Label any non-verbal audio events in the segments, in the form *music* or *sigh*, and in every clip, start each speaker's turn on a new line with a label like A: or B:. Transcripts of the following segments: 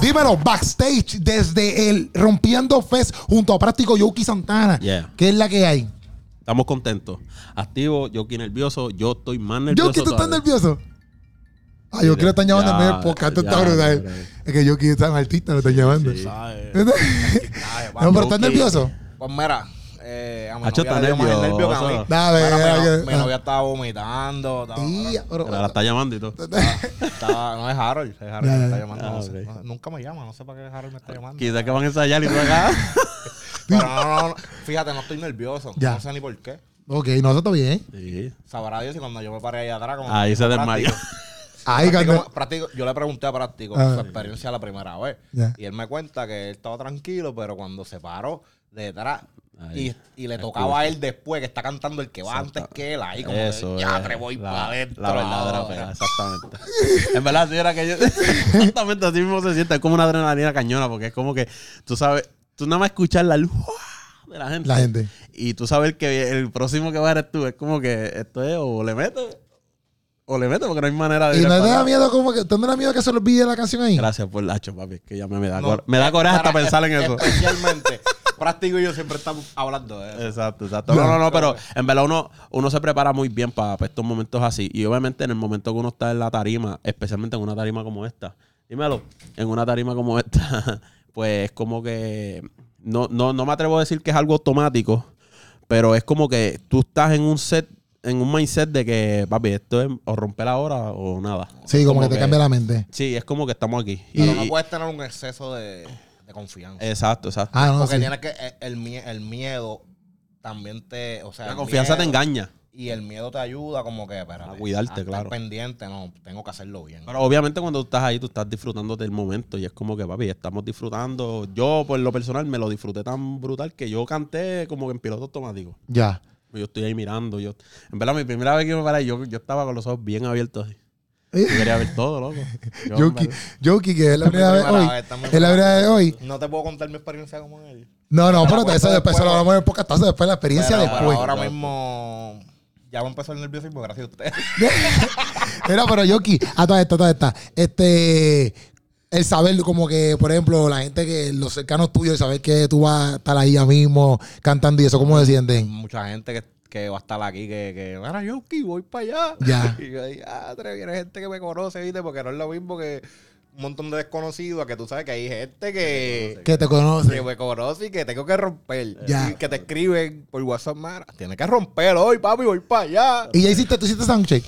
A: Dímelo, backstage desde el Rompiendo Fest junto a Práctico Yoki Santana.
B: Yeah.
A: ¿Qué es la que hay?
B: Estamos contentos. Activo, Yoki nervioso. Yo estoy más nervioso.
A: Yoki, ¿tú estás
B: todavía.
A: nervioso? Ah, yo quiero estar llamando en
B: Ya,
A: medio del podcast. Esto está
B: ya,
A: brutal.
B: brutal.
A: Es que Yoki es tan artista, lo está llamando.
B: Sí.
C: ¿Sabes? Ay,
A: No, pero
C: papi.
A: ¿estás
B: Yoki.
A: nervioso?
C: Pues mira, eh, a mi
B: Hacho,
C: novia
B: está
C: le dio más el nervio que a mí.
B: nervioso.
A: Dale,
C: Mira,
A: dale,
C: mi, no-
A: dale.
C: mi novia estaba vomitando. Estaba,
A: Y- pero-
B: La, la está llamando y todo.
C: estaba- no es Harold, es Harold que me está llamando. no sé,
B: Ah, ok. Ah,
C: no- nunca me llama, no sé para qué Harold me está llamando.
B: Quizás que van a ensayar y tú
C: *laughs*
B: acá.
C: Pero no, no, no, fíjate, no estoy nervioso.
A: Ya.
C: No sé ni por qué.
A: *laughs* Ok, no, eso está bien.
B: Sí.
C: Sabrá Dios y cuando yo me paré ahí atrás. Como
B: Ahí se
C: como
B: desmayó.
C: práctico.
A: *laughs* Ahí,
C: Práctico-
A: cuando-
C: práctico, yo le pregunté a Práctico
A: Ah.
C: su experiencia la primera vez.
A: Ya.
C: Y él me cuenta que él estaba tranquilo, pero cuando se paró detrás y,
B: Ahí.
C: y le tocaba a él después, que está cantando el que va
B: Exacto.
C: antes que él, ahí como de,
B: Eso.
C: ya
B: es
C: te voy
B: la-
C: para adentro.
B: La verdadera
C: ahora".
B: pega, exactamente. en verdad, sí, era que yo. *laughs* Exactamente así mismo se siente. Es como una adrenalina cañona, porque es como que tú sabes, tú nada más escuchar la luz ¡guau! de la gente.
A: la gente.
B: Y tú sabes que el próximo que va a eres tú es como que esto es o le meto o le meto porque no hay manera de
A: Y
B: ir
A: no
B: al
A: te da
B: pasado.
A: miedo como que, ¿tú no te da miedo que se le olvide la canción ahí?
B: Gracias por lacho, papi. Es que ya me, me da,
C: No,
B: cor- me da coraje hasta
C: para-
B: pensar en
C: es-
B: eso.
C: Especialmente, Práctico y yo siempre estamos hablando de
B: *laughs*
C: eso.
B: *laughs* Exacto, exacto. No, no, no, pero en verdad uno, uno se prepara muy bien para, estos momentos así. Y obviamente en el momento que uno está en la tarima, especialmente en una tarima como esta, dímelo, en una tarima como esta, *laughs* pues es como que no, no, no me atrevo a decir que es algo automático, pero es como que tú estás en un set, en un mindset de que, papi, esto es o romper la hora o nada.
A: Sí, como que te cambia la mente.
B: Sí, es como que estamos aquí.
C: Pero
B: Y-
C: no puedes tener un exceso de, de confianza.
B: Exacto, exacto.
A: Ah, no,
C: porque
A: sí.
C: tienes que, el- el, mie- el miedo también te, o sea,
B: la
C: el
B: confianza te
C: miedo-
B: engaña.
C: Y el miedo te ayuda como que, espérate,
B: A cuidarte,
C: a estar
B: claro.
C: pendiente, no, tengo que hacerlo bien.
B: Pero obviamente cuando tú estás ahí, tú estás disfrutando del momento y es como que, papi, estamos disfrutando. Yo, por lo personal, me lo disfruté tan brutal que yo canté como que en piloto automático.
A: Ya.
B: Yo estoy ahí mirando. Yo, en verdad, mi primera vez que me paré, yo, yo estaba con los ojos bien abiertos. Así. Yo quería ver todo, loco. Yo, en
A: Yoki,
B: verdad-
A: Yoki, que es
B: *laughs*
A: la
C: Esta
A: primera
C: es mi
A: vez
C: primera
A: hoy.
C: vez, esta es mi
A: Es la primera vez hoy.
C: no te puedo contar mi experiencia como él.
A: No, no,
C: Te la
A: pero eso
C: cuento
A: después
C: después.
A: se lo hablamos en el podcast, eso después la experiencia
C: Pero,
A: después.
C: pero ahora mismo ya me empezó el nerviosismo gracias a usted.
A: *laughs* Mira, pero Yoki, ah, a toda esta, a toda esta. Este, el saber, como que, por ejemplo, la gente que, los cercanos tuyos, el saber que tú vas a estar ahí ya mismo cantando y eso, ¿cómo se sienten?
C: *laughs* Mucha gente que, que va a estar aquí que, que mira, yo aquí voy para allá.
A: Ya.
C: *laughs* Y yo ahí, ah, tre, viene gente que me conoce, ¿viste? Porque no es lo mismo que un montón de desconocidos, a que tú sabes que hay gente que...
A: Que te
C: que pues,
A: conocen.
C: me conoce y que tengo que romper.
A: Ya.
C: Y que te escriben por WhatsApp, Mara. Tienes que romper hoy, papi, voy para allá.
A: Y ya hiciste, tú hiciste
C: *laughs*
A: soundcheck.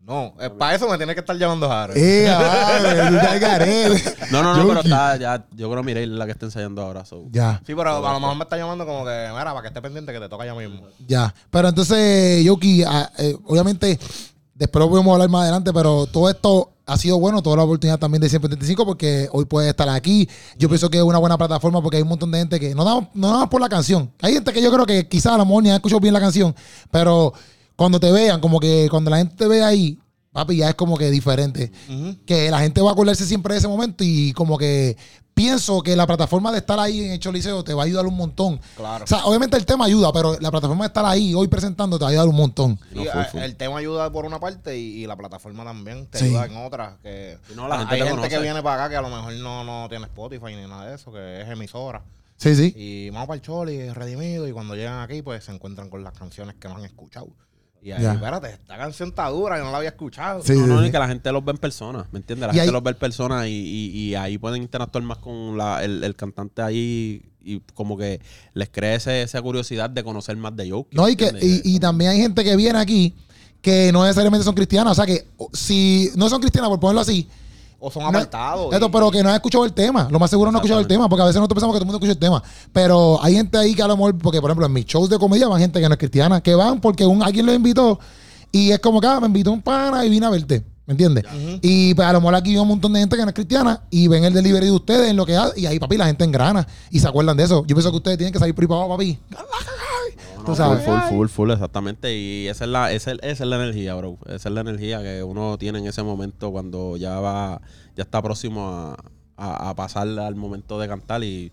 C: No, para eso me tiene que estar llamando Harold.
A: Eh, madre, tú estás garete.
B: No, no, no, pero
A: Yoki.
B: está, ya, yo creo Mireille es la que está ensayando ahora. so.
A: Ya,
C: Sí, pero a lo mejor me está llamando como que, mira, para que esté pendiente que te toca ya mismo.
A: ya. Pero entonces, Yoki, ah, eh, obviamente, después lo podemos hablar más adelante, pero todo esto ha sido bueno, toda la oportunidad también de 135 porque hoy puedes estar aquí. Yo pienso que es una buena plataforma porque hay un montón de gente que, no nada, no nada más por la canción, hay gente que yo creo que quizás a lo mejor ni ha escuchado bien la canción, pero cuando te vean, como que cuando la gente te ve ahí, papi, ya es como que diferente. que la gente va a acordarse siempre de ese momento y como que pienso que la plataforma de estar ahí en el Choliseo te va a ayudar un montón.
C: Claro.
A: O sea, obviamente el tema ayuda, pero la plataforma de estar ahí hoy presentando te va a ayudar un montón.
C: Sí,
B: No, full,
C: a-
B: full.
C: ah, El tema ayuda por una parte y, y la plataforma también te
A: Sí.
C: ayuda en otras. Que,
B: Y no, la gente
C: hay
B: te
C: gente
B: conoce.
C: que viene para acá que a lo mejor no, no tiene Spotify ni nada de eso, que es emisora.
A: Sí, sí.
C: Y vamos para el Choli, redimido, y cuando llegan aquí, pues se encuentran con las canciones que no han escuchado. Y ahí,
A: Ya.
C: espérate, esta canción está dura, yo no la había escuchado.
A: Sí,
B: no, no,
A: sí,
B: ni
A: sí.
B: que la gente los ve en persona, ¿me entiendes? La
A: Y
B: gente
A: ahí-
B: los ve en persona y, y- y ahí pueden interactuar más con la- el, el cantante ahí y como que les crea ese- esa curiosidad de conocer más de Yoki.
A: No,
B: ¿me
A: y, que,
B: entiendes?
A: y, y también hay gente que viene aquí que no necesariamente son cristianas. O sea que o- si no son cristianas, por ponerlo así,
C: O son
A: no-
C: apartados.
A: esto,
C: y-
A: pero que no ha escuchado el tema. Lo más seguro no ha escuchado el tema, porque a veces nosotros pensamos que todo el mundo escucha el tema. Pero hay gente ahí que a lo mejor, porque por ejemplo en mis shows de comedia van gente que no es cristiana, que van porque un, alguien los invitó y es como que ah, me invitó un pana y vine a verte. ¿Me entiendes? Y pues a lo mejor aquí hay un montón de gente que no es cristiana y ven el delivery de ustedes en lo que hace, y ahí, papi, la gente engrana y se acuerdan de eso. Yo pienso que ustedes tienen que salir privados, papi.
B: No, no,
A: tú sabes.
B: Full, full, full, full, exactamente. Y esa es, la, esa, es- esa es la energía, bro. Esa es la energía que uno tiene en ese momento cuando ya va, ya está próximo a, a- a pasar al momento de cantar y,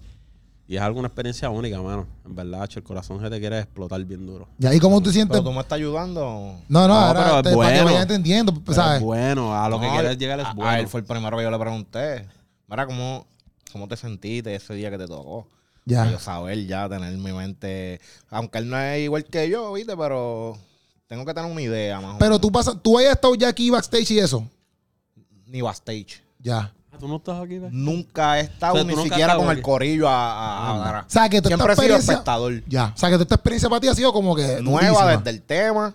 B: y es alguna experiencia única, mano. En verdad, Hacho, el corazón se te quiere explotar bien duro.
A: Y ahí, ¿cómo tú sientes?
C: Pero tú me estás ayudando.
A: No, no,
B: No,
A: ahora
B: pero es
A: te- para que
B: bueno.
A: vayan entendiendo, pues,
B: Pero
A: ¿sabes?
B: es bueno, eh, a lo que
C: No,
B: quieres llegar
C: a-
B: es
C: A él
B: bueno.
C: fue el primero que yo le pregunté. Mira, ¿cómo, ¿cómo te sentiste ese día que te tocó?
A: Ya.
C: Para Yo saber ya, tener mi mente. Aunque él no es igual que yo, ¿viste? Pero tengo que tener una idea más o
A: Pero tú pasas, tú hayas estado ya aquí backstage y eso.
C: menos. Ni backstage.
A: Ya.
B: Ah, ¿Tú no estás aquí? ¿verdad?
C: Nunca he estado
B: O sea, tú
C: ni
B: nunca has
C: siquiera
B: estado
C: con el
B: aquí.
C: corillo a- a, a- a-
A: O sea, que tu
C: Siempre he sido
A: experiencia.
C: espectador.
A: Ya. O sea, que tu esta experiencia para ti ha sido como que.
C: Eh, Nueva
A: durísima.
C: desde el tema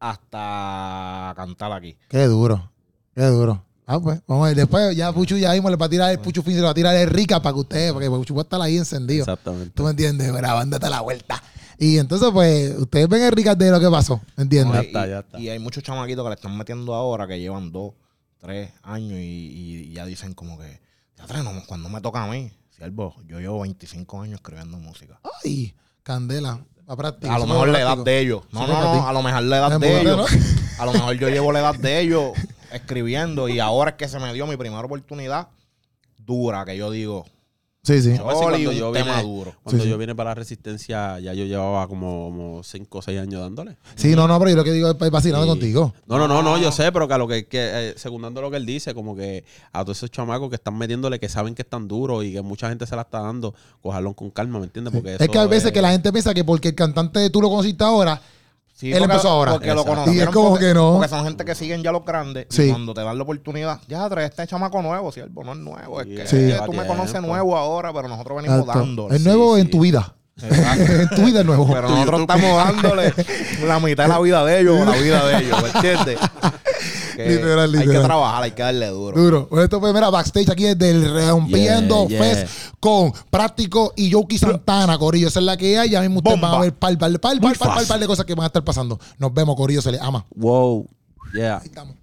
C: hasta cantar aquí.
A: Qué duro. Qué duro. Ah, pues, vamos a ver. Después ya Puchu ya mismo le va a tirar el Puchu Fin, se lo va a tirar el rica para que ustedes, porque Puchu va a estar ahí encendido.
B: Exactamente.
A: ¿Tú me entiendes? Grabándote la vuelta. Y entonces, pues, ustedes ven el rica de lo que pasó. ¿Me entiendes?
B: Ya
C: Y-
B: está,
C: y-
B: ya está.
C: Y hay muchos chamaquitos que le están metiendo ahora que llevan dos, tres años y, y ya dicen como que, ya tres, no, cuando me toca a mí, siervo, yo llevo 25 años escribiendo música.
A: Ay, candela. A, práctica,
C: A lo
A: eso
C: mejor
A: es
C: la edad
A: práctico.
C: de ellos.
A: Eso
C: No,
A: es
C: no,
A: para
C: no,
A: ti.
C: a lo mejor la edad
A: Es
C: de
A: bueno,
B: *laughs*
C: ellos. A lo mejor yo llevo la edad de ellos escribiendo y ahora es que se me dio mi primera oportunidad dura que yo digo,
A: Sí, sí.
B: Yo voy a decir,
C: "Oli,
B: cuando
C: un
B: yo
C: tema
B: vine-
C: duro.
B: Cuando
A: Sí, sí.
B: yo vine para la resistencia, ya yo llevaba como 5 o 6 años dándole.
A: Sí, no, no, pero yo lo que digo es pues, vacilando
B: Sí.
A: contigo.
B: No, no, no, no, yo sé, pero que a lo que, que, eh, secundando lo que él dice, como que a todos esos chamacos que están metiéndole que saben que están duros y que mucha gente se la está dando, cojarlo con calma, ¿me entiendes? Porque
A: es que hay
B: eso
A: veces
B: es-
A: que la gente piensa que porque el cantante tú lo conociste ahora,
C: Sí,
A: Él empezó ahora.
C: Porque lo
B: Exacto.
C: conocieron.
A: Y es como
C: porque,
A: que no.
C: Porque son gente que siguen ya los grandes.
A: Sí.
C: Y cuando te dan la oportunidad, ya trae este chamaco nuevo, siervo, no es nuevo. Es que
B: Sí.
C: eh,
B: Lleva
C: tú me
B: tiempo.
C: conoces nuevo ahora, pero nosotros venimos
A: exacto,
C: dándole.
A: es nuevo
B: sí,
A: en
B: sí.
A: tu vida.
C: Exacto.
A: *laughs* en tu vida es nuevo.
C: Pero nosotros estamos dándole la mitad de la vida de ellos, o la vida de ellos, ¿me
A: *laughs*
C: entiendes? Que
A: Literal,
C: Hay
A: literal.
C: que trabajar, hay que darle duro.
A: Duro. Pues esto fue, mira, backstage aquí desde el Rompiendo
B: Yeah, yeah.
A: Fest con Práctico y Yoki Santana, Corillo. Esa es la que hay. Ya mismo ustedes
C: Bomba.
A: van a ver par, par, par, par,
B: Muy
A: par, par,
B: fácil.
A: par de cosas que van a estar pasando. Nos vemos, Corillo. Se les ama.
B: Wow, yeah.
A: Ahí estamos.